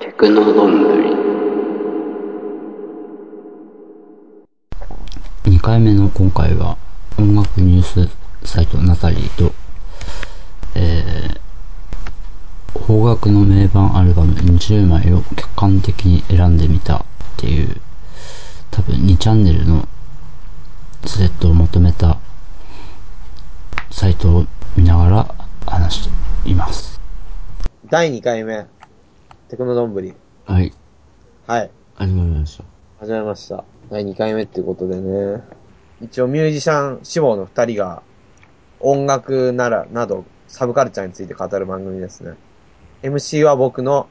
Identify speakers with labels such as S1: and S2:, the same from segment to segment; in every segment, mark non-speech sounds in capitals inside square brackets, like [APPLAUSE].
S1: 格の丼
S2: 2回目の今回は音楽ニュースサイトナタリーと、えー、邦楽の名盤アルバム20枚を客観的に選んでみたっていう多分2チャンネルのスレッドをまとめたサイトを見ながら話しています。
S3: 第2回目、テクノどんぶり。
S2: はい。
S3: はい、
S2: ありがとうございました。
S3: 始めました。第2回目ってことでね。一応ミュージシャン志望の2人が、音楽なら、など、サブカルチャーについて語る番組ですね。MC は僕の、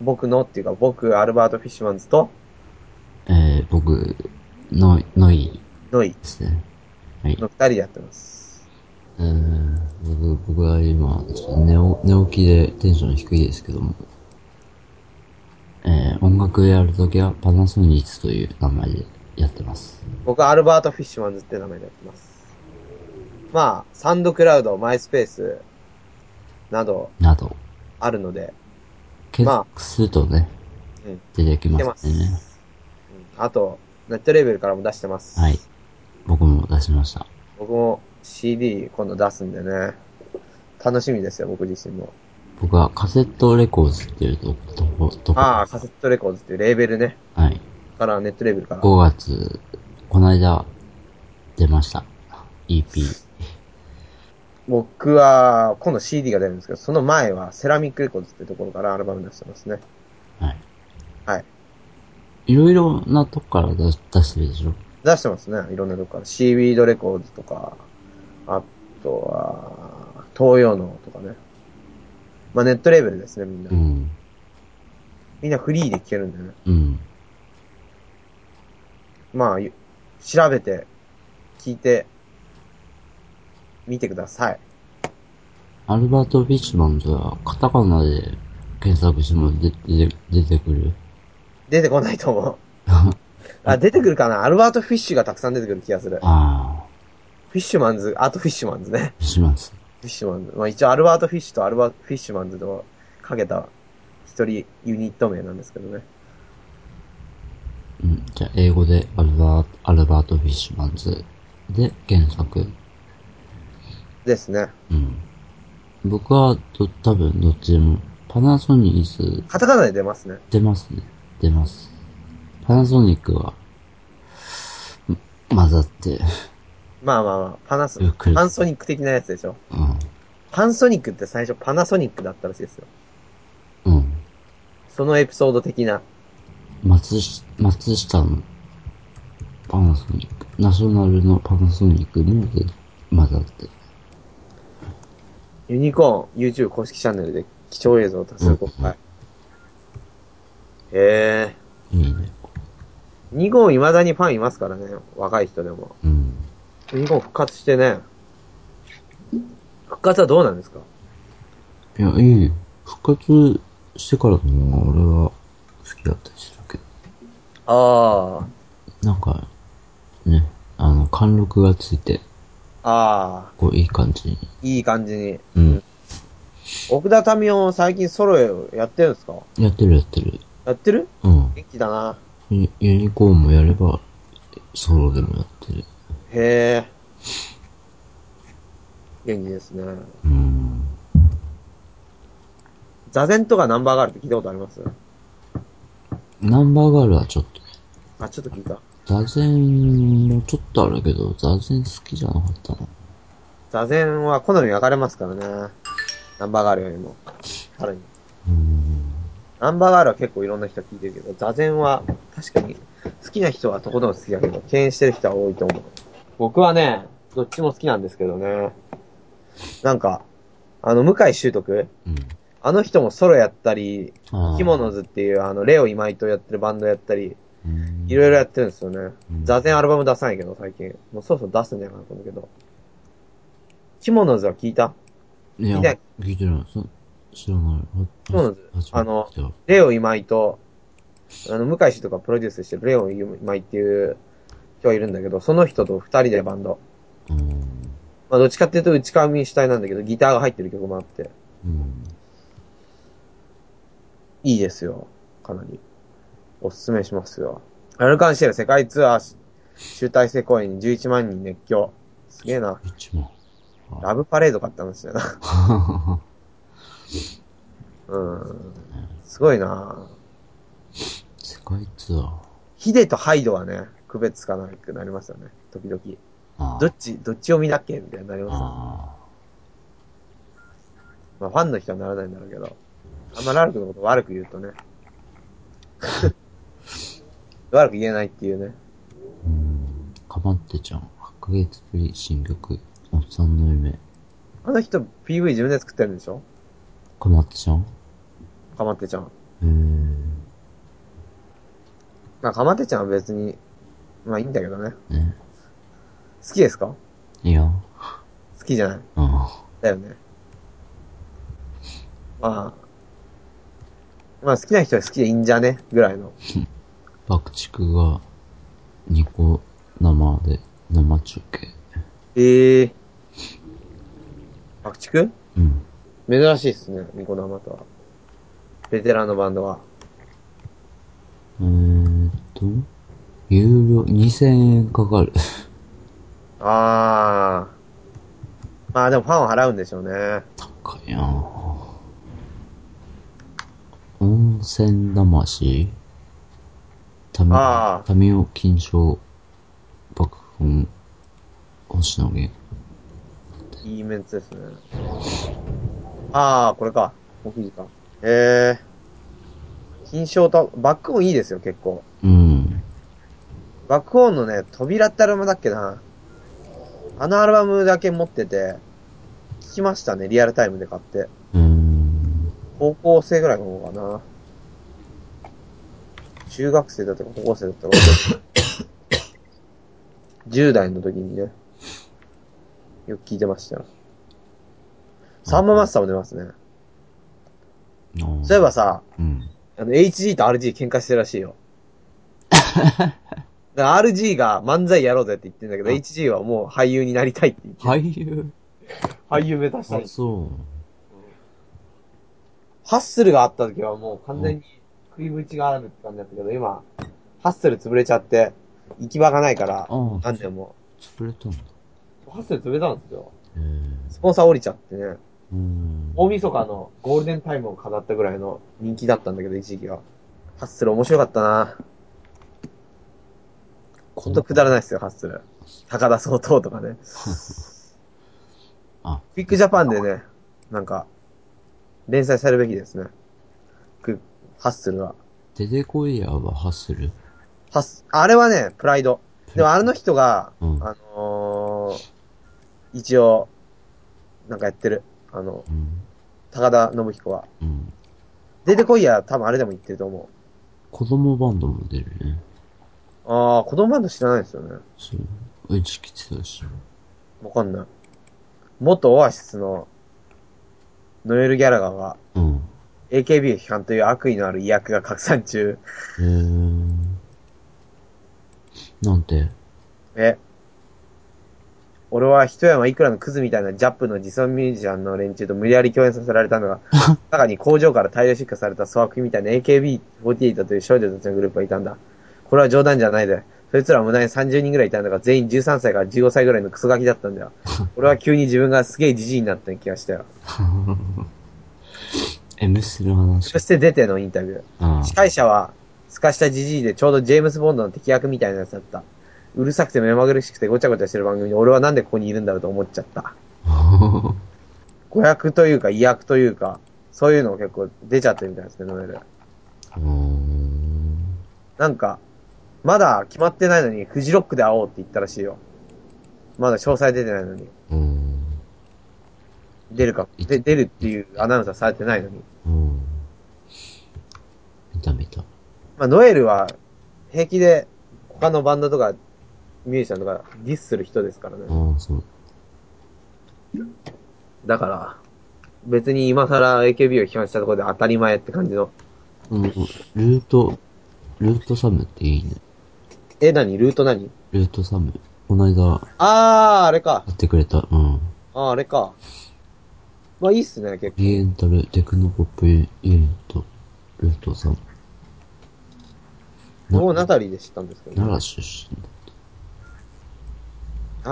S3: 僕のっていうか、僕、アルバート・フィッシュマンズと、
S2: えー、僕の、のい
S3: ノイ
S2: ですね。はい。
S3: の2人でやってます。
S2: えー、僕、僕は今、ちょっと寝お寝起きでテンション低いですけども、えー、音楽やるときはパナソニックという名前でやってます。
S3: 僕はアルバート・フィッシュマンズって名前でやってます。まあ、サンドクラウド、マイスペース、など、
S2: など、
S3: あるので、
S2: 検索するとね、
S3: うん
S2: 出てき
S3: 見
S2: ま
S3: てますす。
S2: んでね。
S3: うんあと、ネットレーベルからも出してます。
S2: はい。僕も出しました。
S3: 僕も CD 今度出すんでね。楽しみですよ、僕自身も。
S2: 僕はカセットレコーズっていうととことこ、
S3: ああ、カセットレコーズっていうレーベルね。
S2: はい。
S3: から、ネットレーベルから。
S2: 5月、この間、出ました。EP。
S3: 僕は、今度 CD が出るんですけど、その前はセラミックレコーズっていうところからアルバム出してますね。
S2: はい。
S3: はい。
S2: いろいろなとこから出し出してるでしょ
S3: 出してますね、いろんなとこから。シーウィードレコーズとか、あとは、東洋のとかね。まあ、ネットレーベルですね、みんな。
S2: うん。
S3: みんなフリーで聴けるんだよね。
S2: うん。
S3: まあ、ゆ調べて、聞いて、見てください。
S2: アルバート・フィッシュマンズはカタカナで検索しても出て出てくる。
S3: 出てこないと思う。あ、出てくるかなアルバート・フィッシュがたくさん出てくる気がする。
S2: ああ、
S3: フィッシュマンズ、あとフィッシュマンズね。
S2: フィッシュマンズ。
S3: フィッシュマンズ。まあ一応アルバート・フィッシュとアルバート・フィッシュマンズとかけた一人ユニット名なんですけどね。
S2: うん、じゃあ、英語でアルバート、アルバート・フィッシュマンズで検索。
S3: ですね。
S2: うん。僕はど、多分どっちでも、パナソニック
S3: カタカナで出ますね。
S2: 出ますね。出ます。パナソニックは、ん混ざって、
S3: まあまあまあ、パナソ
S2: ゆっ、くり
S3: パンソニック的なやつでしょ。
S2: う
S3: パンソニックって最初パナソニックだったらしいですよ。
S2: ん。うん。
S3: そのエピソード的な。
S2: 松し松下のパナソニック、ナショナルのパナソニックもで混ざって。
S3: ユニコーン YouTube 公式チャンネルで貴重映像を多数公開。へえ。
S2: いいね。
S3: 2号未だにファンいますからね。若い人でも。
S2: うん。
S3: 2号復活してね。復活はどうなんですか
S2: いや、いいよ。復活してからの方が俺は好きだったりするけど。
S3: あ
S2: なんか、ね、あの、貫禄がついて、
S3: あ。ああ。
S2: こう、いい感じに。
S3: いい感じに。
S2: うん。
S3: 奥田民生最近ソロやってるんですか
S2: やってるやってる。
S3: やってる
S2: うん。
S3: 元気だな。
S2: ユユニコーンもやれば、ソロでもやってる。
S3: へえ。元気ですね。
S2: うん。
S3: 座禅とかナンバーガールって聞いたことあります
S2: ナンバーガールはちょっと、
S3: あ、ちょっと聞いた。
S2: 座禅もちょっとあるけど、座禅好きじゃなかったな。
S3: 座禅は好み分かれますからね。ナンバーガールよりも。さらに。
S2: うん。
S3: ナンバーガールは結構いろんな人聞いてるけど、座禅は確かに好きな人はとことん好きだけど、敬遠してる人は多いと思う。僕はね、どっちも好きなんですけどね。なんか、あの、向井修徳
S2: うん。
S3: あの人もソロやったり、
S2: あー
S3: キモノズっていうあの、レオ今井とやってるバンドやったり、
S2: うん
S3: いろいろやってるんですよね
S2: う。ん
S3: 座禅アルバム出さないけど、最近。もうそろそろ出すんじゃないかなと思うけど。キモノズは聞いた
S2: いや
S3: 聞いてない、
S2: 聞いてない。そ知らない。
S3: そうなんです
S2: 初めて
S3: あの
S2: 聞いた、
S3: レオ今井と、あの、向井氏とかプロデュースしてるレオ今井っていう人がいるんだけど、その人と二人でバンド。
S2: うん。
S3: まあ、どっちかっていうと内川民主体なんだけど、ギターが入ってる曲もあって、
S2: うん。
S3: いいですよ。かなりおすすめしますよ。アルカンシェル世界ツアー集大成公演に11万人熱狂。すげえな。
S2: 一番。
S3: ラブパレード買ったんですよな。うん。すごいな
S2: [LAUGHS] 世界ツアー。
S3: ヒデとハイドはね、区別つかなくなりますよね。時々。
S2: あ
S3: どっち、どっちを見だっけみたいになりますよね。
S2: あ
S3: まあ、ファンの人はならないんだろうけど。あんまラルクのこと悪く言うとね。 [LAUGHS] 悪く言えないっていうね。
S2: ー。うん。かまってちゃん。白月ぶり新曲。おっさんの夢。
S3: あの人 PV 自分で作ってるんでしょ
S2: かまってちゃん
S3: かまってちゃん。
S2: えー。
S3: まあ、かまってちゃんは別に、まあいいんだけどね。
S2: ね。
S3: 好きですか
S2: いや。
S3: 好きじゃない
S2: あ
S3: だよね。まあ、まあ好きな人は好きでいいんじゃねぐらいの。
S2: あ。爆竹が、ニコ生で、生中継。
S3: ええー。爆竹
S2: うん。
S3: 珍しいっすね、ニコ生とは。ベテランのバンドは。
S2: えーっと、有料2000円かかる。 [LAUGHS]
S3: あー。まあでもファンは払うんでしょうね。
S2: 高いなぁ温泉魂民
S3: ああ
S2: 民を金賞爆音星野源
S3: いいメンツですね。あー、これか。お富士か。えー。金賞と、バックオンいいですよ、結構。
S2: うん
S3: バックオンのね、扉ってアルバムだっけな。あのアルバムだけ持ってて、聞きましたね、リアルタイムで買って。
S2: うーん
S3: 高校生ぐらいの方かな。中学生だったか高校生だったか忘れた。10代の時にね、よく聞いてましたよ。サンママスターも出ますね。
S2: あー
S3: そういえばさ、
S2: うん
S3: あの、HG と RG 喧嘩してるらしいよ。だから RG が漫才やろうぜって言ってんだけど、
S2: あ
S3: HG はもう俳優になりたいって言って。
S2: 俳優
S3: 俳優目指し
S2: あそ
S3: ハッスルがあった時はもう完全に食いぶちがあるって感じだったけど、今、ハッスル潰れちゃって、行き場がないか
S2: う、
S3: ら
S2: ああ
S3: 何年も。
S2: 潰れたんだ
S3: ハッスル潰れたんですよ。
S2: えー
S3: スポンサー降りちゃってね、
S2: うーん
S3: 大晦日のゴールデンタイムを飾ったぐらいの人気だったんだけど、一時期は。ハッスル面白かったなほんとくだらないっすよ、ハッスル。高田総統とかね。
S2: あ
S3: クイックジャパンでね、なんか、連載されるべきですね。クハッスルは。
S2: デデコイヤーはハッスル
S3: ハッス、あれはね、プライド。でもあの人が、
S2: うん
S3: あのー、一応、なんかやってる。あの、
S2: うん
S3: 高田信彦は。
S2: うん
S3: 出てこいや、多分あれでも言ってると思
S2: 子供バンドも出るね
S3: う。ああ、子供バンド知らないですよね。
S2: そううち来てたし
S3: わかんない。元オアシスの、ノエル・ギャラガーは、
S2: うん。
S3: AKB 批判という悪意のある威訳が拡散中。
S2: えー、なんて、 [LAUGHS]
S3: え。俺は一山いくらのクズみたいなジャップの自尊ミュージシャンの連中と無理やり共演させられたのが、中に工場から大量出荷された粗悪品みたいな AKB48 だという少女たちのグループがいたんだ。これは冗談じゃないで。そいつらは無駄に30人ぐらいいたんだが、全員13歳から15歳ぐらいのクソガキだったんだよ。俺は急に自分がすげえじじいになった気がしたよ。
S2: M ステの話
S3: そ。して出てのインタビュー。
S2: あ
S3: 司会者は、すかしたじじいでちょうどジェームス・ボンドの敵役みたいなやつだった。うるさくて目まぐるしくてごちゃごちゃしてる番組で俺はなんでここにいるんだろうと思っちゃった。
S2: あ。 [LAUGHS]
S3: 誤訳というか、意訳というか、そういうの結構出ちゃってるみたいですね、ノエル。
S2: うーん。
S3: なんか、まだ決まってないのに、フジロックで会おうって言ったらしいよ。まだ詳細出てないのに。
S2: うーん。
S3: 出るか、で出るっていうアナウンサーされてないのに。
S2: うん。見た見た。
S3: まあ、ノエルは、平気で、他のバンドとか、ミュージシャンとか、ディスする人ですからね。
S2: ああ、そう。
S3: だから、別に今更 AKB を批判したところで当たり前って感じの。
S2: うん、ルート、ルートサムっていいね。
S3: え、何ルート何
S2: ルートサム。この間、
S3: あー、あれか。
S2: やってくれた。うん。
S3: あー、あれか。まあ、いいっすね、結構。
S2: リエンタルテクノポップユニット、ルートサム。
S3: 僕もナタリーで知ったんですけど、
S2: 奈良出身だ。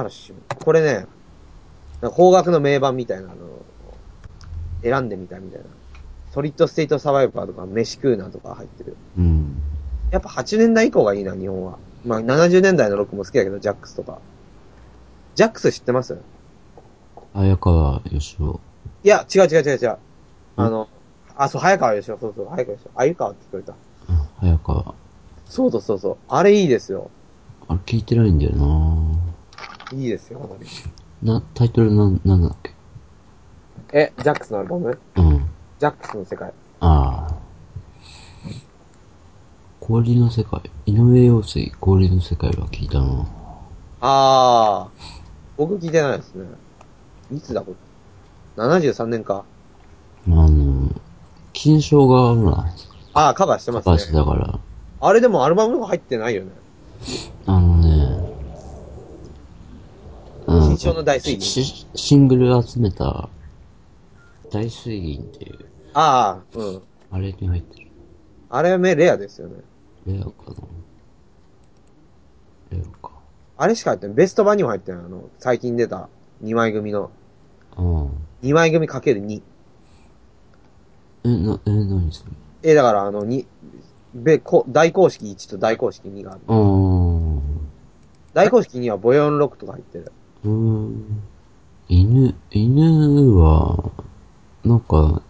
S3: 嵐これね、なんか邦楽の名盤みたいなのを選んでみたみたいな。ソリッドステイトサバイバーとか、飯食うなとか入ってる。
S2: うん。
S3: やっぱ8年代以降がいいな、日本は。まあ70年代のロックも好きだけど、ジャックスとか。ジャックス知ってます
S2: 綾川義夫。
S3: いや、違う違う違う違う。あの、あ、そう、早川よしお、そうそう、早川よしお。あゆかわって聞こえた。
S2: あ綾川。
S3: そうそうそうそう。あれいいですよ。
S2: あれ聞いてないんだよ
S3: いいですよ、かなり
S2: なな、タイトルなん、なんだっけ
S3: え、ジャックスのアルバム
S2: うん。
S3: ジャックスの世界。
S2: ああ。氷の世界。井上陽水、氷の世界は聞いたな。
S3: あー。僕聞いてないですね。いつだ、これ。73年か。
S2: あの、金賞が、ほら、
S3: あー、カバーしてま
S2: 高
S3: す
S2: 橋
S3: ね。
S2: だから、
S3: あれでもアルバムとか入ってないよね。
S2: あのね、うん
S3: 新章の大水銀
S2: ししシングル集めた、大水銀っていう、
S3: あー、うん。
S2: あれに入ってる。
S3: あれめレアですよね。
S2: レアかなレアか。
S3: あれしか入ってない。ベスト版にも入ってない。あの、最近出た2枚組の。
S2: うん。
S3: 2枚組かける2。
S2: え、な、え、何それ
S3: え、だからあの、に、べ、こ、大公式1と大公式2がある。
S2: あー。
S3: 大公式2はボヨンロックとか入ってる。
S2: うーん。犬、犬は、なんか、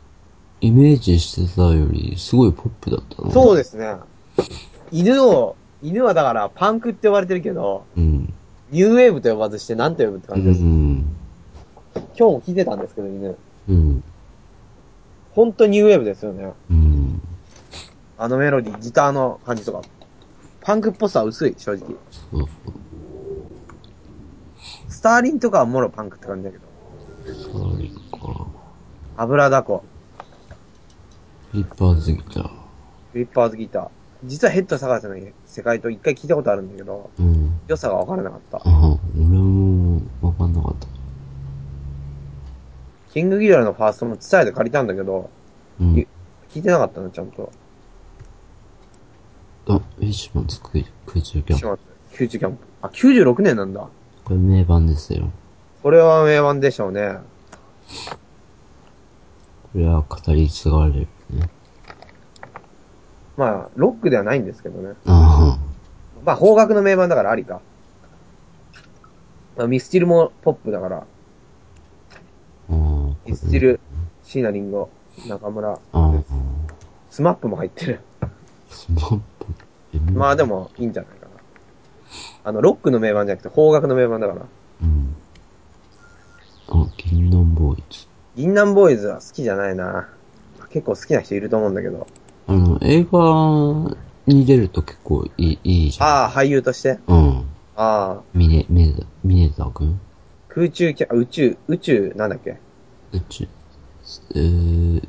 S2: イメージしてたより、すごいポップだったな。
S3: そう
S2: で
S3: ですね。犬を、犬はだからパンクって呼ばれてるけど、
S2: す。うん。
S3: ニューウェーブと呼ばずして何と呼ぶって
S2: う
S3: 感じです。
S2: ん。
S3: 今日も聞いてたんですけど、犬。
S2: うん。
S3: ほんとニューウェーブですよね。
S2: うん。
S3: あのメロディー、ギターの感じとか。パンクっぽさは薄い、正直。
S2: そうそう。
S3: スターリンとかはもろパンクって感じだけど。
S2: サーリンか。
S3: 油だこ、
S2: リッパーズギター。
S3: フリッパーズギター。実はヘッド探せない世界と一回聞いたことあるんだけど、
S2: うん。
S3: 良さが分からなかった。
S2: あ、俺も、わかんなかった。
S3: キングギドラのファーストも伝えで借りたんだけど、
S2: うん
S3: い。聞いてなかったな、ちゃんと。
S2: あ、フィッシュマンズ空空中キャン
S3: し
S2: プ。
S3: まった90キャンプ。あ、96年なんだ。
S2: これ名盤ですよ。
S3: これは名盤でしょうね。
S2: これは語り継がれるね。
S3: まあ、ロックではないんですけどね。
S2: あ
S3: まあ、邦楽の名盤だからありか。まあ、ミスチルもポップだから、
S2: あ。ああ。
S3: ミスチル、椎名林檎、中村、
S2: ああ。
S3: スマップも入ってる。
S2: スマップ。え
S3: まあで。も、いいんじゃないかな。あの、ロックの名盤じゃなくて、邦楽の名盤だから。
S2: うん。あ、銀杏ボーイズ。
S3: 銀杏ボーイズは好きじゃないな。結構好きな人いると思うんだけど。
S2: あの、映画に出ると結構いい、いいじゃん。
S3: ああ、俳優として
S2: うん。
S3: ああ、
S2: ミネ、ミネザ、ミネザ君
S3: 空中キャ、宇宙、宇宙、なんだっけ
S2: 宇宙、えー、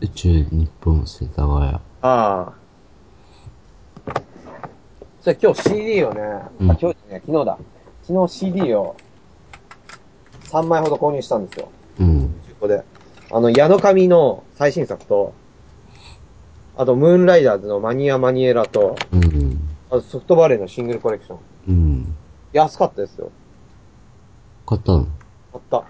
S2: 宇宙日本世田谷。
S3: ああ。それ今日 CD をね、
S2: うん
S3: あ今日ね、昨日だ。昨日 CD を3枚ほど購入したんですよ。
S2: うん。
S3: 中古で。あの、矢の神の最新作と、あと、ムーンライダーズのマニア・マニエラと、
S2: うん。
S3: あとソフトバレーのシングルコレクション。
S2: うん。
S3: 安かったですよ。
S2: 買ったの
S3: 買った。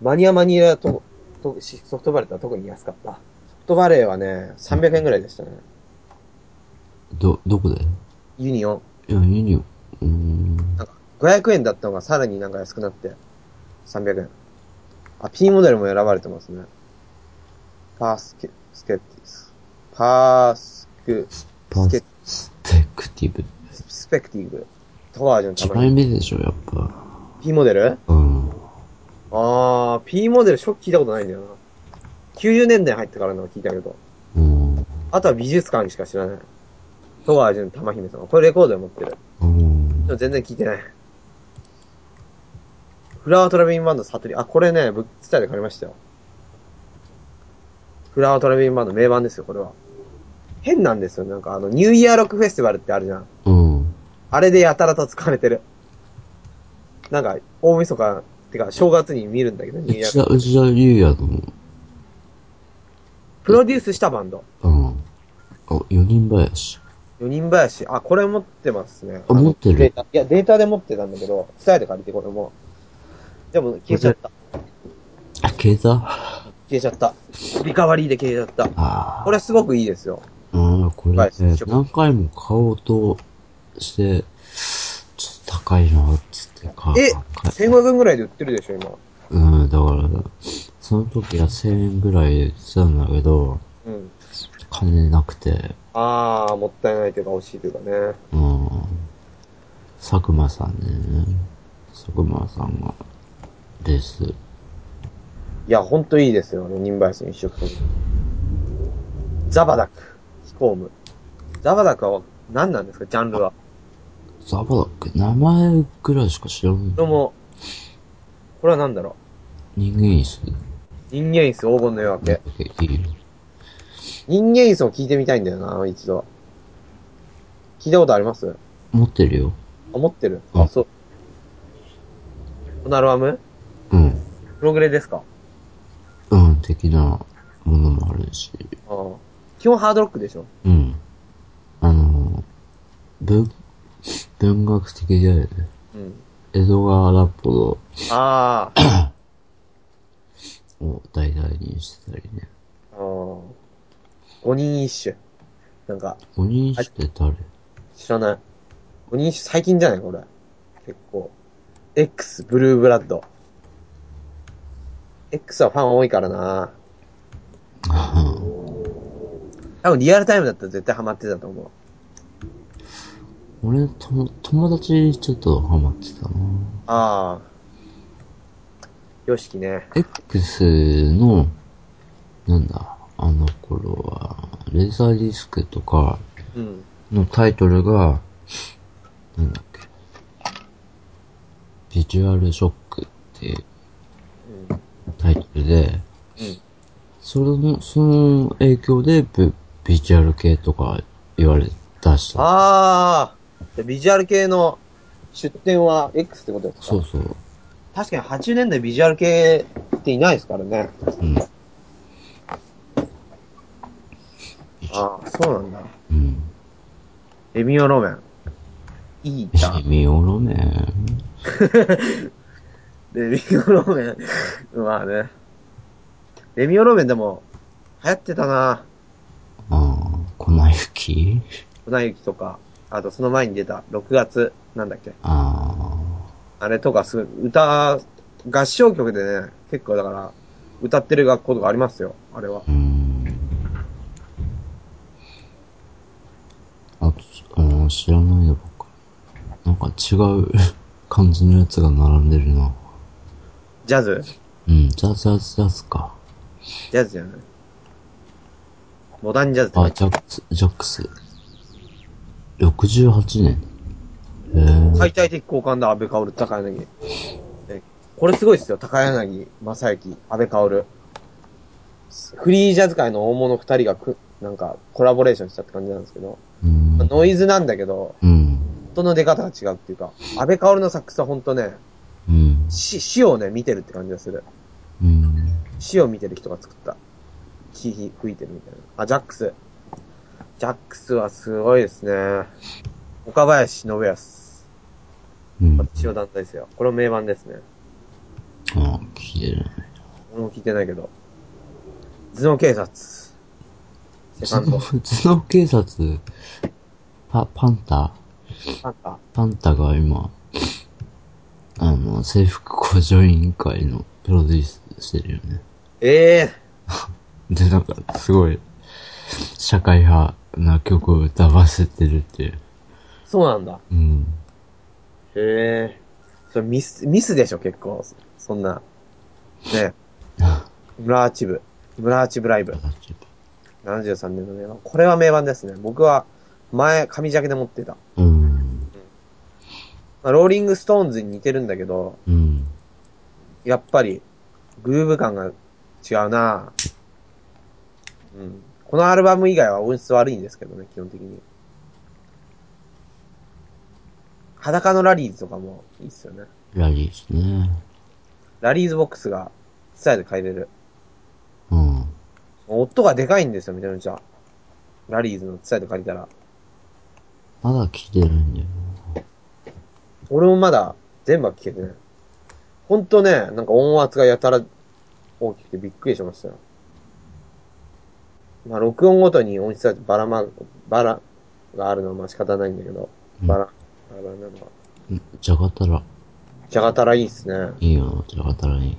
S3: マニアマニアと、としソフトバレーとは特に安かった。ソフトバレーはね、300円ぐらいでしたね。
S2: ど、どこで
S3: ユニオン。
S2: いや、ユニオン。うーん。
S3: なんか、500円だったのがさらになんか安くなって、300円。あ、P モデルも選ばれてますね。パースケ、スケティス。パースク、
S2: パー
S3: スケ
S2: スペクティブ。
S3: スペクティブ。トワージョンたま
S2: 辛い
S3: に。
S2: 目でしょ、やっぱ。
S3: P モデル
S2: うん。
S3: あー、P モデル初期聞いたことないんだよな。90年代入ってからのは聞いたけど。
S2: うん。
S3: あとは美術館しか知らない。戸川淳玉姫さん。これレコードで持ってる。
S2: うん
S3: で。も全然聞いてない。フラワートラベリンバンド悟り。あ、これね、ぶっつたで借りましたよ。フラワートラベリンバンド名盤ですよ、これは。変なんですよ。なんかあの、ニューイヤーロックフェスティバルってあるじゃん。
S2: うん。
S3: あれでやたらと疲れてる。なんか、大晦日、てか、正月に見るんだけど、ニューイヤー
S2: 内
S3: ロッ
S2: 田、内田優也の、
S3: ク。プロデュースしたバンド。
S2: うん。あ、四人林。
S3: 四人林。あ、これ持ってますね。
S2: あ、持って
S3: デ
S2: る。
S3: ータ。いや、データで持ってたんだけど、伝えて借りてこれも。でも、消えちゃった。
S2: あ、消えたあ
S3: 消えちゃった。リカバリーで消えちゃった。
S2: あ
S3: これすごくいいですよ。
S2: うん、これ、ね
S3: はい、
S2: 何回も買おうとして、ちょっと高いな、つって買
S3: え
S2: 買
S3: ?1500 円ぐらいで売ってるでしょ、今。
S2: うん、だから、その時は1000円ぐらいで売ってたんだけど、
S3: うん。
S2: 金なくて、
S3: あー、もったいないというか、惜しいというかね。
S2: うん。佐久間さんね。佐久間さんが、レース。
S3: いや、ほんといいですよ、あの、人林の一色と。ザバダック、ヒコーム。ザバダックは何なんですか、ジャンルは。
S2: ザバダック、名前ぐらいしか知らない。
S3: どうも、これは何だろ
S2: 人間椅子
S3: う。人間椅子黄金の夜明け。
S2: いいよ。
S3: 人間椅子を聞いてみたいんだよな、一度。聞いたことあります
S2: 持ってるよ。
S3: あ、持ってる。
S2: う
S3: あ、
S2: ん
S3: そう。このアルバム
S2: うん。
S3: プログレですか
S2: うん、的なものもあるし。
S3: ああ。基本ハードロックでしょ
S2: うん。あの、文、文学的だよね。
S3: うん。
S2: 江戸川乱歩
S3: ああ。あ
S2: を題材にしてたりね。
S3: あ。五人一首。なんか、
S2: 五人一首って誰
S3: 知らない。五人一首最近じゃないこれ。結構。X、ブルーブラッド。X はファン多いからな多分リアルタイムだったら絶対ハマってたと思う。
S2: 俺と、友達にちょっとハマってたな
S3: ああ。よしきね。
S2: X の、なんだ、あの頃は、レーザーディスクとか
S3: うん。
S2: のタイトルが、なんだっけ、ビジュアルショックっていう
S3: うん。
S2: タイトルで、
S3: うん。
S2: それの、その影響でビ、ビジュアル系とか言われ、出した。
S3: ああ。じゃあビジュアル系の出店は X ってことですか
S2: そうそう。
S3: 確かに80年代ビジュアル系っていないですからね。
S2: うん。
S3: ああ、そうなんだ。
S2: うん。
S3: エミオロメン。いいじゃん。
S2: 見おろね。
S3: レミオロメン。 [LAUGHS] まあね。レミオロメンでも、流行ってたな
S2: ああ、粉雪
S3: 粉雪とか。あと、その前に出た、6月、なんだっけ。
S2: あ
S3: あれとかすごい、歌、合唱曲でね、結構だから、歌ってる学校とかありますよ、あれは
S2: あ、う。ん。あと、うん、知らないのばっかり。なんか違う [LAUGHS] 感じのやつが並んでるな。
S3: ジャズ
S2: うん、ジャズジャズジャズか。
S3: ジャズじゃないモダンジャズって書
S2: あ、
S3: いて
S2: ジャックス、ジャックス。68年。へえー、
S3: 解体的交換だ、安倍薫、高柳。えこれすごいですよ、高柳、正幸、安倍薫。フリージャズ界の大物二人がく、なんか、コラボレーションしたって感じなんですけど、
S2: うん
S3: まあ。ノイズなんだけど、
S2: うん。
S3: 音の出方が違うっていうか、安倍薫のサックスはほんとね、
S2: うん。
S3: 死、死をね、見てるって感じがする。
S2: うん。
S3: 死を見てる人が作った。木吹いてるみたいな。あ、ジャックス。ジャックスはすごいですね。岡林信康。
S2: うん。
S3: 私は団体ですよ。これも名盤ですね。
S2: あ、聞いてるね。
S3: 俺も聞いてないけど。頭脳警察。セカンド。
S2: 普通の警察、パ、パンタ
S3: なんか、
S2: パンタが今、あの、制服工場委員会のプロデュースしてるよね。
S3: ええ
S2: で、なんか、すごい、社会派な曲を歌わせてるっていう。
S3: そうなんだ。
S2: うん。
S3: へえ。それミス、ミスでしょ、結構。そそんな。ねえ。ムラーチブ。ムラーチブライブ。73年の名盤。これは名盤ですね。僕は、前、紙ジャケで持ってた。
S2: うん。
S3: まあ、ローリングストーンズに似てるんだけど、
S2: うん。
S3: やっぱり、グルーヴ感が違うなうん。このアルバム以外は音質悪いんですけどね、基本的に。裸のラリーズとかもいいっすよね。
S2: ラリーですね。
S3: ラリーズボックスが、スタイルで変えれる。
S2: うん。
S3: 音がでかいんですよ、めちゃめちゃ。ラリーズのツサイト借りたら。
S2: まだ聞いてないんだよ
S3: 俺もまだ全部は聞けてない。ほんとね、なんか音圧がやたら大きくてびっくりしましたよ。まあ、録音ごとに音質がばらま、ばらがあるのはまあ仕方ないんだけど、ばら、ばらなのは。
S2: な。んジャガタラ、
S3: じゃがたらいいっすね。
S2: いいよな、ジャガタラに。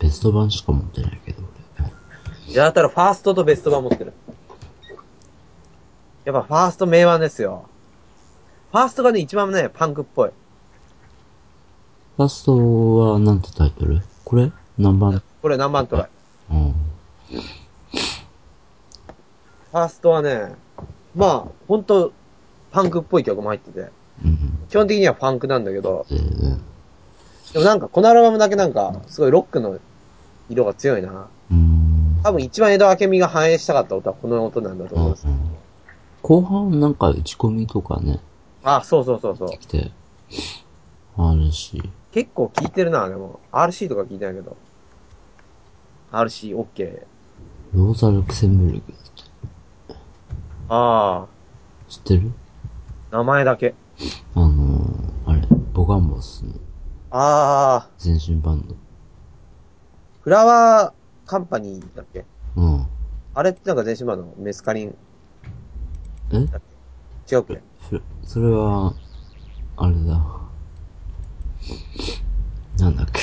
S2: ベスト版しか持ってないけど、俺。
S3: じゃがたらファーストとベスト版持ってる。やっぱファースト名盤ですよ。ファーストがね、一番ね、パンクっぽい。
S2: ファーストは、なんてタイトルこれ何番
S3: これ何番トライ
S2: うん。
S3: ファーストはね、まあ、ほんと、パンクっぽい曲も入ってて、
S2: うん。
S3: 基本的にはパンクなんだけど、
S2: 全然。
S3: でもなんか、このアルバムだけなんか、すごいロックの色が強いな。
S2: うん。
S3: 多分一番江戸明美が反映したかった音はこの音なんだと思います。
S2: うん後半なんか打ち込みとかね、
S3: あ、そうそうそうそう。
S2: 来て、あるし。
S3: 結構聴いてるな、でも。RC とか聴いてないけど。RC、OK。
S2: ローザ・ルクセンブルクだって
S3: あ
S2: 知ってる
S3: あ、名前だけ。
S2: あのー、あれ、ボガンボスの
S3: ああ、
S2: 全身バン
S3: フラワーカンパニーだっけ
S2: ド。うん。
S3: あれってなんか全身版のメスカリン、
S2: え
S3: 違うっけ
S2: ふそれは、あれだ。なんだっけ。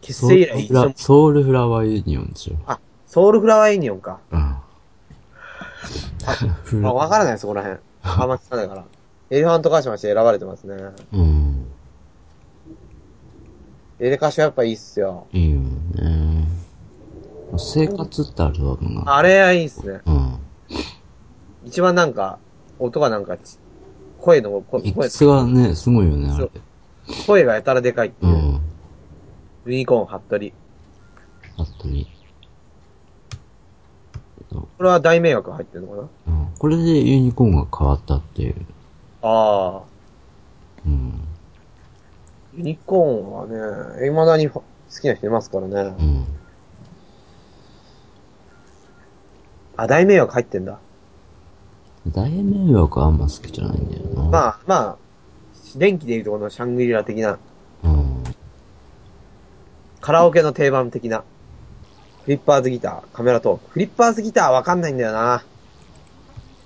S3: 結
S2: ソ
S3: 成以
S2: ウ
S3: 来
S2: ル
S3: 一
S2: フラ
S3: 度も
S2: ソウルフラワーユニオンでしょ。
S3: あ、ソウルフラワーユニオンか。
S2: うん。フ
S3: あ、
S2: ラ
S3: わからないです、そこら辺。あんま聞かないから。エレファントカシマシ選ばれてますね。
S2: うん。
S3: エレカシはやっぱいいっすよ。
S2: いいよね。生活ってアルバムが。
S3: あれはいいっすね。
S2: うん。
S3: 一番なんか、音がなんかち、声の、こ
S2: ミッ
S3: 声
S2: ク、スがね、すごいよね、あ
S3: そ
S2: れ
S3: う。声がやたらでかいって
S2: う
S3: いう。
S2: ん。
S3: ユニコーン、ハットリ。
S2: 本当に。
S3: これは大迷惑入ってるのかな
S2: うんこれでユニコーンが変わったっていう。
S3: ああ。
S2: うん。
S3: ユニコーンはね、未だに好きな人いますから
S2: う
S3: ね。
S2: ん。
S3: あ、大迷惑入ってんだ。
S2: 大迷惑はあんま好きじゃないんだよな。あ。
S3: まあ、まあ、電気でいうとこのシャングリラ的な、
S2: うん。
S3: カラオケの定番的な、フリッパーズギター、カメラトーク。フリッパーズギターわかんないんだよな。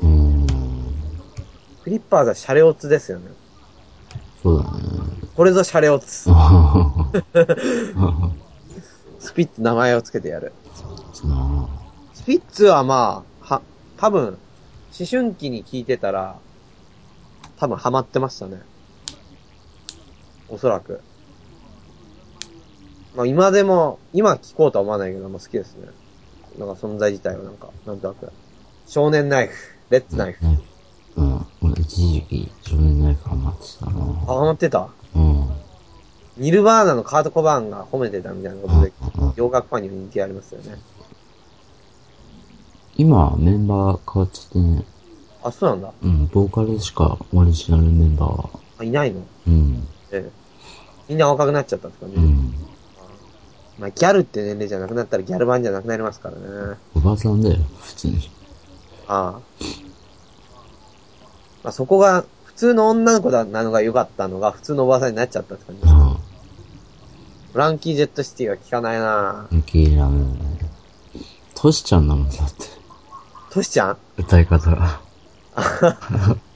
S2: うん。
S3: フリッパーズはシャレオツですよね。
S2: そうだね。
S3: これぞシャレオツ。スピッツ名前をつけてやる。
S2: そうだな。
S3: スピッツはまあ、は、多分、思春期に聞いてたら、多分ハマってましたね。おそらく。まあ今でも、今聞こうとは思わないけど、まあ好きですね。なんか存在自体はなんか、なんとなく。少年ナイフ、レッツナイフ。
S2: ね。うん。俺一時期少年ナイフハマってたな。
S3: あ、ハマってた
S2: うん。
S3: ニルバーナのカート・コバーンが褒めてたみたいなことで
S2: うんうん、
S3: 洋楽ファンにも人気ありますよね。
S2: 今メンバー変わっちゃってね。
S3: あ、そうなんだ。
S2: うん。ボーカルしかオリジナルメンバーは。
S3: あ、いないの
S2: うん。
S3: ええ。みんな若くなっちゃったって感じ。
S2: うん。
S3: まあ、ギャルって年齢じゃなくなったらギャル版じゃなくなりますからね。
S2: おばさんだよ、普通に。
S3: ああ。まあ、そこが、普通の女の子だなのが良かったのが、普通のおばさんになっちゃったって感じ
S2: う
S3: です。
S2: ん。
S3: フランキー・ジェット・シティは効かないなぁ
S2: 受け入れられない。トシちゃんなもんだって。
S3: トシちゃん
S2: 歌い方が。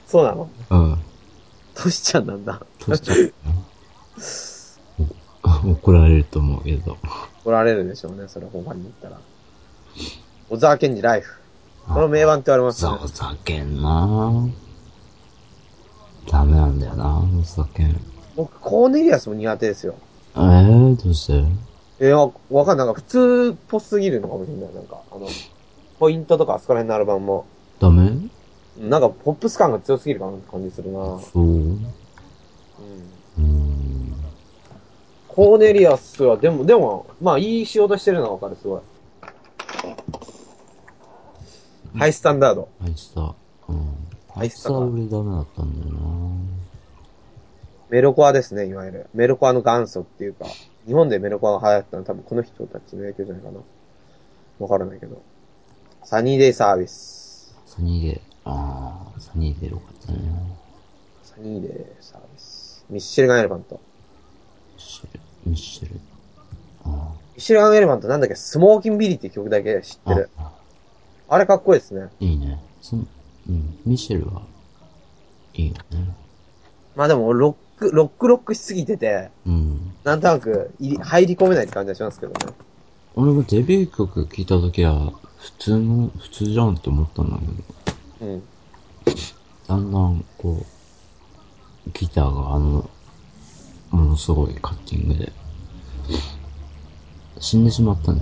S3: そうなの
S2: うん。
S3: トシちゃんなんだ。
S2: トシちゃんだよ。お怒られると思うけど。
S3: [LAUGHS] 怒られるでしょうね、それ本番に行ったら。小沢健二ライフ。この名盤って言われますね
S2: ざ。おざけんなダメなんだよなおざけん。え
S3: 僕、コーネリアスも苦手ですよ。
S2: えー、どうして
S3: えー、わわかんない。なんか普通っぽすぎるのかもしれない。なんか、あの、ポイントとかあそこら辺のアルバムも。
S2: ダメ
S3: なんかポップス感が強すぎるかなって感じするなうん。
S2: そううーん。
S3: コーネリアスは、でも、でも、まあいい仕事してるのはわかる、すごい。ハイスタンダード。
S2: あいつだ。うん。あ
S3: あい
S2: い
S3: つ
S2: つ
S3: だか
S2: は俺ダメだったんだよな
S3: メロコアですね、いわゆる。メロコアの元祖っていうか、日本でメロコアが流行ったのは多分この人たちの影響じゃないかな。わからないけど。サニーデイサービス。
S2: サニーデー。あー、サニーデーよかったね。
S3: サニーデイサービス。ミッシェルガンエレファント。
S2: ミッシェル、ミッシェル。あ
S3: ミッシェルガンエレファントなんだっけスモーキンビリーって曲だけ知って
S2: ー
S3: る。。
S2: あ、
S3: あれかっこいいですね。
S2: いいね。その、うん、ミッシェルは、いいよね。
S3: まあでも、ロック、ロックロックしすぎてて、
S2: うん。
S3: なんとなく入り、入り込めないって感じがしますけどね。
S2: 俺もデビュー曲聴いた時は、普通の、普通じゃんって思ったんだけど、
S3: うん。
S2: だんだん、こう、ギターがあの、ものすごいカッティングで、死んでしまったね。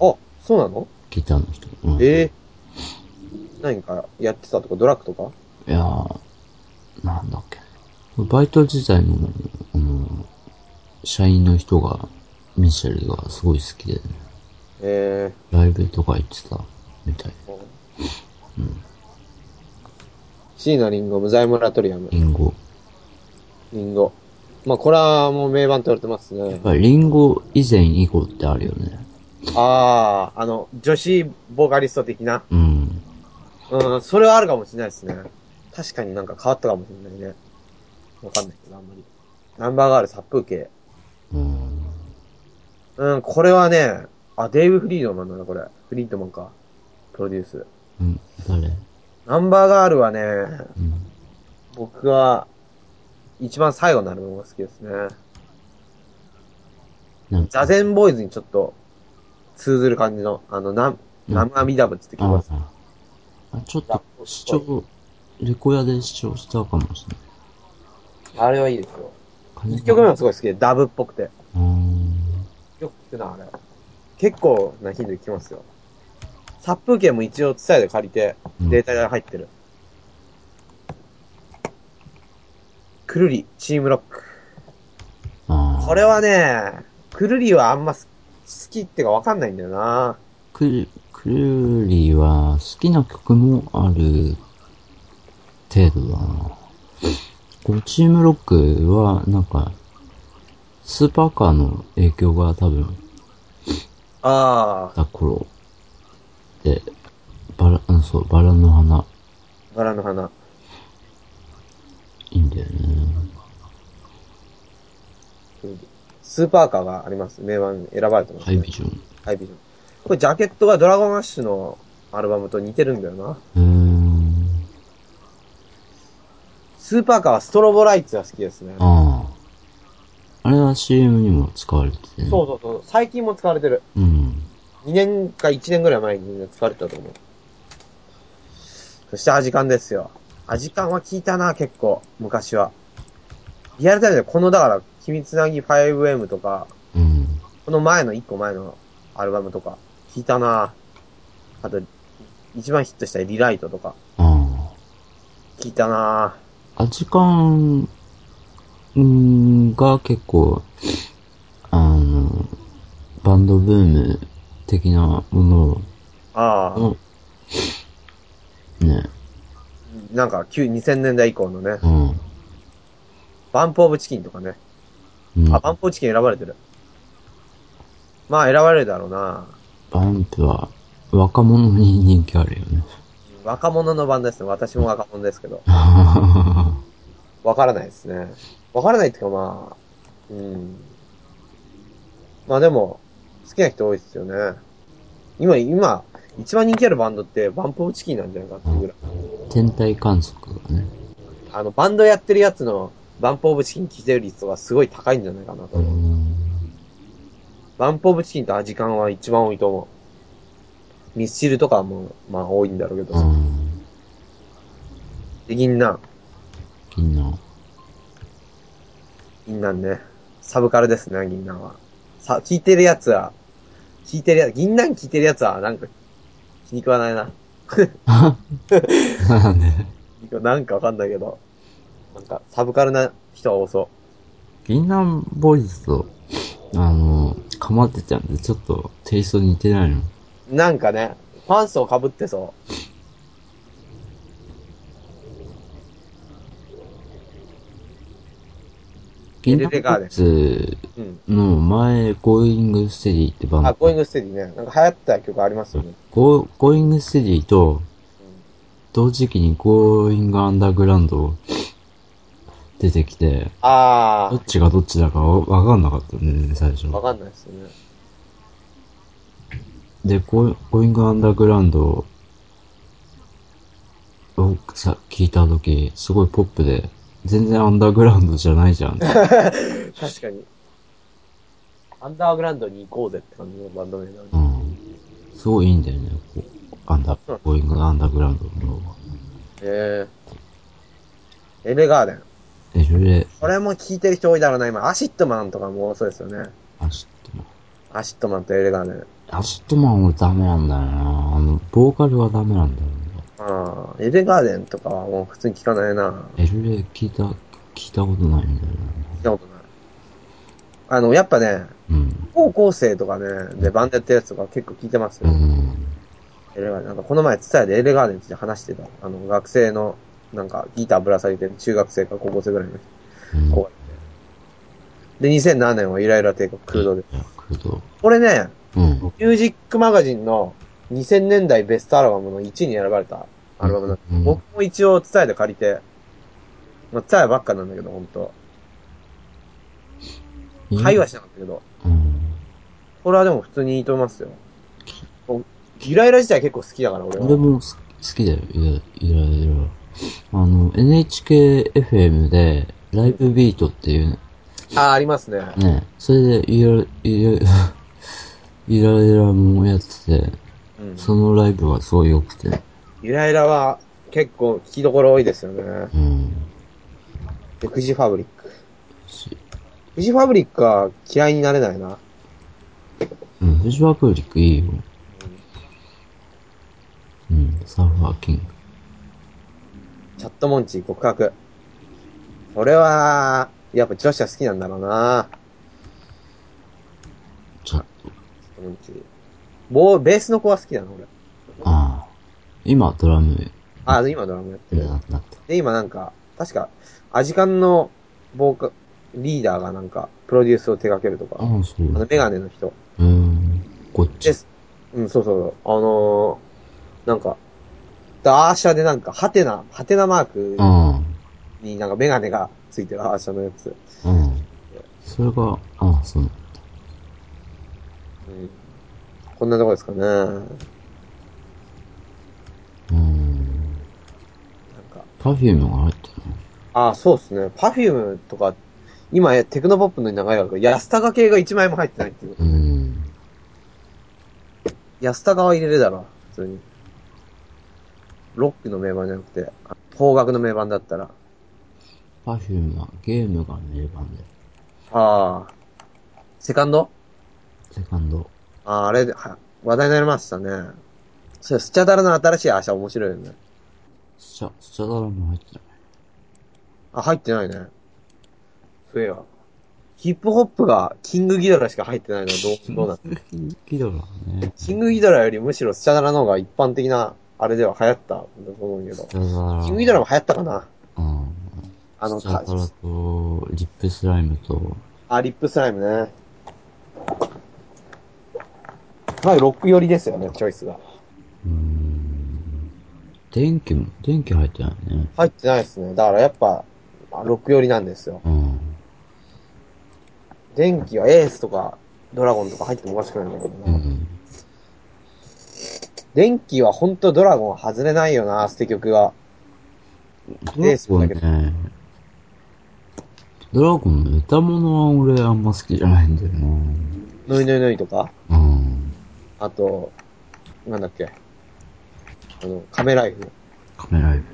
S3: あ、そうなの
S2: ギターの人。うん、
S3: ええ何かやってたとか、ドラッグとか
S2: いやー、なんだっけ。バイト自体も、あの、社員の人が、ミシェルがすごい好きで、
S3: え
S2: ライブとか行ってたみたい。
S3: えシーナリンゴ、無罪モラトリアム、
S2: リンゴ。
S3: リンゴ。まあ、これはもう名盤と言われてます
S2: や
S3: ね
S2: っ。ぱりリンゴ以前以後ってあるよね。
S3: ああ、あの、女子ボーカリスト的な。
S2: うん。
S3: うん、それはあるかもしれないですね。確かになんか変わったかもしれないね。わかんないけど、あんまり。ナンバーガール、殺風景。
S2: うん。
S3: うん、これはね、あ、デイブ・フリードマンだな、これ。フリードマンか。プロデュース。
S2: うん。誰
S3: ナンバーガールはね、
S2: うん。
S3: 僕は、一番最後のアルバムが好きですね。
S2: なん
S3: ザゼンボーイズにちょっと、通ずる感じの、あの、ナム、
S2: うん
S3: ナムアミダブツって聞きます。
S2: ああちょっと、視聴、レコヤで視聴したかもしれない。
S3: あれはいいですよ。
S2: 金
S3: 一曲目はすごい好きで、ダブっぽくて。
S2: うん。
S3: よく聞くな、あれ。結構な頻度で聞きますよ。殺風景も一応伝えで借りて、
S2: うん
S3: データが入ってる。くるり、チームロック。
S2: ああ。
S3: これはね、くるりはあんます好きってかわかんないんだよな。
S2: クル、クルーリーは好きな曲もある程度だな。このチームロックはなんか、スーパーカーの影響が多分あっ
S3: ああ、
S2: た頃で、バラ、うんそう、バラの花、
S3: バラの花。
S2: いいんだよね。
S3: くるりスーパーカーがあります。名盤に選ばれてます、
S2: ハイビジョン。
S3: ハイビジョン。これジャケットがドラゴンアッシュのアルバムと似てるんだよな。
S2: うーん。
S3: スーパーカーはストロボライツが好きですね。
S2: ああ。あれは CM にも使われててね。
S3: そうそうそう。最近も使われてる。
S2: う。うん。
S3: 2年か1年ぐらい前に使われてたと思う。そしてアジカンですよ。アジカンは聞いたな、結構。昔は。リアルタイムでこの、だから、秘密なぎ 5M とか、
S2: うん。
S3: この前の1個前のアルバムとか、聞いたな。あと、一番ヒットしたリライトとか、
S2: ああ。
S3: 聞いたな。
S2: あ、時間、んーが結構、あの、バンドブーム的なも
S3: ああ、
S2: のを、ね、
S3: なんか、旧2000年代以降のね、
S2: うん。
S3: バンプオブチキンとかね。
S2: うん
S3: あ、バンプオブチキン選ばれてる。まあ、選ばれるだろうな。
S2: バンプは若者に人気あるよね。 [LAUGHS]
S3: 若者の版ですね。私も若者ですけど。わからないですね。わからないっていうかまあ、うん。まあでも、好きな人多いですよね。今、今、一番人気あるバンドって、バンプオブチキンなんじゃないかっていうぐらい。
S2: 天体観測がね。
S3: あの、バンドやってるやつの、バンプオブチキン聴いてる率はすごい高いんじゃないかなと
S2: う
S3: 思う。
S2: ん。
S3: バンプオブチキンとアジカンは一番多いと思う。ミスチルとかも、まあ多いんだろうけ
S2: う
S3: ど。
S2: ん。
S3: で、銀杏。
S2: 銀杏。
S3: 銀杏ね。サブカルですね、銀杏は。さ、聞いてるやつは、聞いてるやつ、銀杏聞いてるやつは、なんか、気に食わないな。 [LAUGHS]
S2: なんで
S3: なんかわかんないけど、なんか、サブカルな人が多そ
S2: 銀杏ボーイズと、あの、かまってちゃんでちょっとテイスト似てないの。
S3: う。なんかね、パンツを被ってそう。
S2: キ
S3: エ
S2: ン
S3: レ
S2: グ
S3: レ
S2: レ
S3: ガーデン
S2: ッ
S3: うん。
S2: ツの前、ゴーイングステディってバン
S3: あ、
S2: ド。
S3: ゴーイングステディね。なんか流行った曲ありますよね。
S2: ゴーゴーイングステディと、同時期にゴーイングアンダーグラウンド出てきて、ど
S3: あ
S2: っちがどっちだかわわかんなかったんだよね、最初
S3: ー、。わかんないですよね。
S2: で、ゴーゴーイングアンダーグラウンドをさ、聞いたとき、すごいポップで、全然アンダーグラウンドじゃないじ
S3: [LAUGHS]
S2: ゃん。
S3: 確かに。アンダーグラウンドに行こうぜって感じのバンド名なのに。
S2: うん。すごいいいんだよね、こうアンダー、ゴーイングアンダーグラウンドの方が。
S3: えー。エレガーデン。
S2: え、それで、
S3: これも聴いてる人多いだろうな、今。アシットマンとかもそうですよね。
S2: アシットマン。
S3: アシットマンとエレガーデン。
S2: アシットマン俺ダメなんだよな。あの、ボーカルはダメなんだよな。
S3: あー、エレガーデンとかはもう普通に聴かないな。
S2: LA 聞いた、聞いたことないんだよ
S3: 聞いたことない。あの、やっぱね、
S2: な。うん。
S3: 高校生とかね、でバンドやってるやつとか結構聴いてます
S2: う
S3: よ。
S2: ん。
S3: エレガーデン。なんかこの前、ツタヤでエレガーデンについて話してた。あの、学生の、なんかギターぶら下げてる中学生か高校生ぐらいの人
S2: うん。
S3: こうで、2007年はイライラ帝国空洞で。
S2: いや、クード。
S3: これね、
S2: うん。
S3: ミュージックマガジンの2000年代ベストアルバムの1位に選ばれたアルバムなんで、
S2: うん
S3: 僕も一応伝えて借りて、まあ、伝えばっかなんだけど、本当会話しなかったけど、
S2: うん。
S3: これはでも普通にいいと思いますよ。こうイライラ自体結構好きだから、俺は。
S2: 俺も好き好きだよ。いや、いろいろ。あの、NHKFM で、ライブビートっていう
S3: あ、ありますね。
S2: ね、それで、いろいろ、いろいろもやってて、
S3: うん。
S2: そのライブはすごい良くて。
S3: イライラは結構聞きどころ多いですよね。
S2: うん。
S3: で、フジファブリック。フジファブリックは嫌いになれないな。
S2: うん、フジファブリックいいよ。うん、サーファーキング。
S3: チャットモンチー告白。俺は、やっぱ女子は好きなんだろうな
S2: ちょっと、
S3: チャットモンチー。ボー、ベースの子は好きなの俺。
S2: ああ。今、ドラム、
S3: あ、今ドラムやって
S2: い
S3: る
S2: ら。なくなった。
S3: で、今なんか、確か、アジカンのボーカ、リーダーがなんか、プロデュースを手掛けると
S2: あ
S3: か、
S2: あ、そう。
S3: あの、メガネの人。
S2: うーん、こっち
S3: で。す。うん、そうそうそう。あのー、なんか、ダーシャでなんか、ハテナ、ハテナマーク
S2: あ
S3: になんかメガネがついてるアーシャのやつ。
S2: あ、うん。それが、ああ、そう。
S3: うん。こんなとこですかね。なん
S2: うーん。
S3: か、
S2: パフュームが入ってる
S3: あ、そうですね。パフュームとか、今、えテクノポップの流れだけど、安高系が1枚も入ってないっていう。
S2: うーん。
S3: 安高は入れるだろう、普通に。ロックの名盤じゃなくて、あ邦楽の名盤だったら。
S2: パフュームはゲームが名盤で。
S3: ああ。セカンド
S2: セカンド。
S3: ああ、あれで、は、話題になりましたね。そう、スチャダラの新しいアシャ面白いよね。
S2: スチャ、スチャダラも入ってる。
S3: あ、入ってないね。そういえば。ヒップホップがキングギドラしか入ってないのはどう、どうなの
S2: [LAUGHS] キドラね。
S3: キングギドラよりむしろスチャダラの方が一般的な、あれでは流行ったと思うけど
S2: ス。チャダラ。
S3: キングギドラも流行ったかな
S2: うん。
S3: あの、
S2: スチャ
S3: た
S2: ダラと、リップスライムと、
S3: あ、リップスライムね。まあ、ロック寄りですよね、チョイスが。
S2: うーん。電気も、電気入ってないね。
S3: 入ってないですね。だからやっぱ、まあロック寄りなんですよ。
S2: うん。
S3: 電気はエースとか、ドラゴンとか入ってもおかしくないんだけど
S2: う
S3: な。
S2: ん。
S3: 電気はほんとドラゴンは外れないよな、捨て曲が。エースだけど
S2: ね。ドラゴンの歌物は俺あんま好きじゃないんだよ
S3: ノイノイノイとか、
S2: な。うん。
S3: あと、なんだっけ。あの、カメライフ。
S2: カメライブ。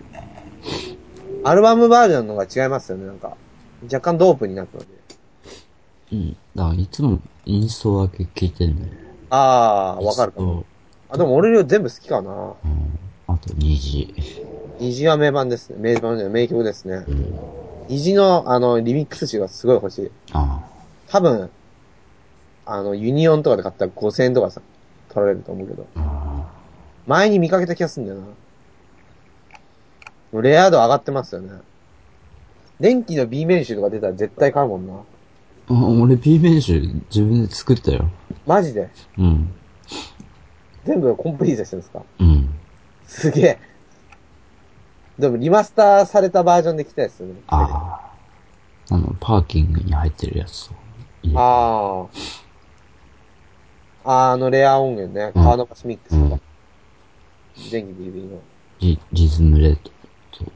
S3: アルバムバージョンの方が違いますよね、なんか。若干ドープになったので。
S2: うん。だからいつもインストだけ聞いてんだよ。
S3: あー、わかるかも。
S2: も。
S3: あ、でも俺より全部好きかな。
S2: うん。あと虹。
S3: 虹は名盤ですね。名盤じゃない、名曲ですね。虹の、あの、リミックス集がすごい欲しい。
S2: あ
S3: 多分、あの、ユニオンとかで買ったら5000円とかさ、取られると思うけど。
S2: あ。あ
S3: 前に見かけた気がするんだよな。レア度上がってますよね。電気の B 面集とか出たら絶対買うもんな。
S2: あ、俺 B 面集自分で作ったよ。
S3: マジで
S2: うん。
S3: 全部コンプリートしてるんですか
S2: うん。
S3: すげえ。でもリマスターされたバージョンで来たやつね。
S2: ああ。あの、パーキングに入ってるやつと。
S3: ああ。あーあのレア音源ね。
S2: うん
S3: カーノバスミックス
S2: う
S3: と
S2: ん
S3: か。。電気 BB の。
S2: リリズムレート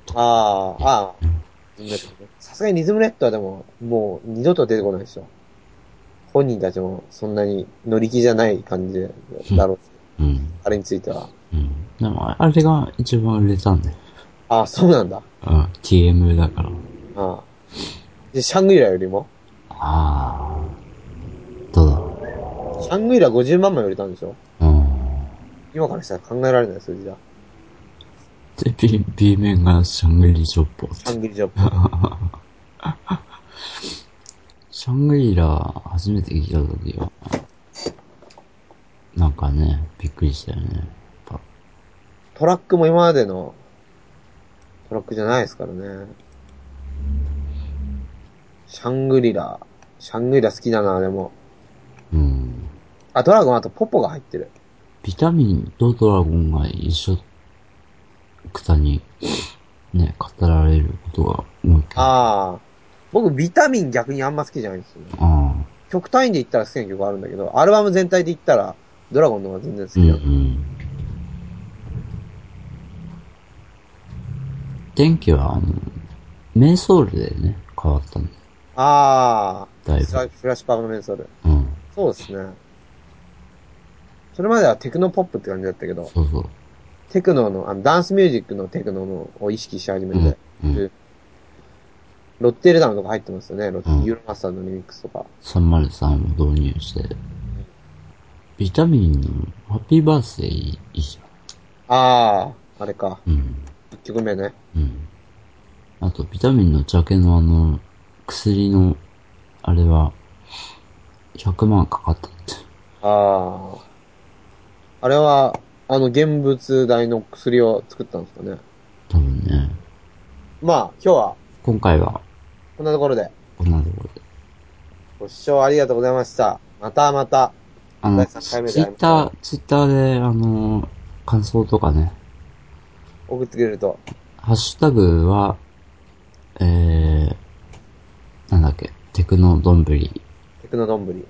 S2: とか。
S3: ああ、ああ
S2: うん。
S3: リズムレッドねさすがにリズムレッドはでも、もう二度と出てこないでしょ。本人たちもそんなに乗り気じゃない感じだろう。
S2: うん。
S3: あれについては。
S2: うん。でも、あれが一番売れたんだよ。
S3: ああ、そうなんだ。
S2: うん。TM だから。
S3: ああ。で、シャングリラよりも
S2: ああ。どうだろ
S3: シャングリラ50万枚売れたんでしょ
S2: う。うん。
S3: 今からしたら考えられない数字だ。
S2: で、B、B 面がシャングリショッポっ
S3: シャ
S2: て。
S3: ングリジョップ。
S2: [LAUGHS] シャングリラ初めて聞いた時は、なんかね、びっくりしたよね。やっぱ
S3: トラックも今までのトラックじゃないですからね。シャングリラ。シャングリラ好きだな、でも。
S2: うん。
S3: あ、ドラゴンあとポポが入ってる。
S2: ビタミンとドラゴンが一緒くたに、ね、語られることが多いけど。あ
S3: ああ。僕、ビタミン逆にあんま好きじゃないんですよね。
S2: あ。
S3: 曲単位で言ったら好きな曲あるんだけど、アルバム全体で言ったら、ドラゴンの方が全然好き
S2: うんう
S3: だ。
S2: ん。天気は、あの、メイソールでね、変わったんだ。
S3: あ
S2: だい
S3: あ。
S2: ぶ
S3: スラフラッシュパブのメンソール。
S2: うん。
S3: そうですね。それまではテクノポップって感じだったけど、
S2: そうそう。
S3: テクノの、あの、ダンスミュージックのテクノのを意識し始めて、
S2: うんうん
S3: ロッテルダムとか入ってますよね。ロッ
S2: うん
S3: ユーロマスターのリミックスとか。
S2: 303を導入して、ビタミンのハッピーバースデーいいじ
S3: ああ、あれか。
S2: ゃん。うん。
S3: 一曲目ね。
S2: うん。あと、ビタミンのジャケのあの、薬の、あれは、100万かかったって。
S3: ああ。あれは、あの、現物大の薬を作ったんですかね。
S2: 多分ね。
S3: まあ、今日は、
S2: 今回は、
S3: こんなところで、
S2: こんなところで。
S3: ご視聴ありがとうございました。またまた。
S2: あの、
S3: 第
S2: ツ
S3: 三回目で
S2: イッター、ツイッターで、あの、感想とかね、
S3: 送ってくれると。
S2: ハッシュタグは、えー、なんだっけ、テクノどんぶり
S3: テクノどんぶり。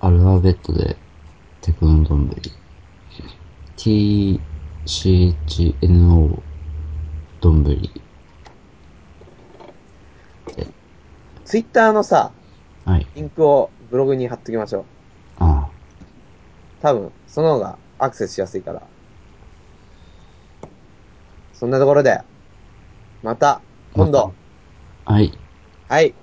S2: アルファベットで、テクノどんぶり。t, c, h, n, o, どんぶり。
S3: ツイッターのさ、
S2: はい。
S3: リンクをブログに貼っときましょう。
S2: あ
S3: 多分、その方がアクセスしやすいから。そんなところで、また、今度。
S2: あ。はい。
S3: はい。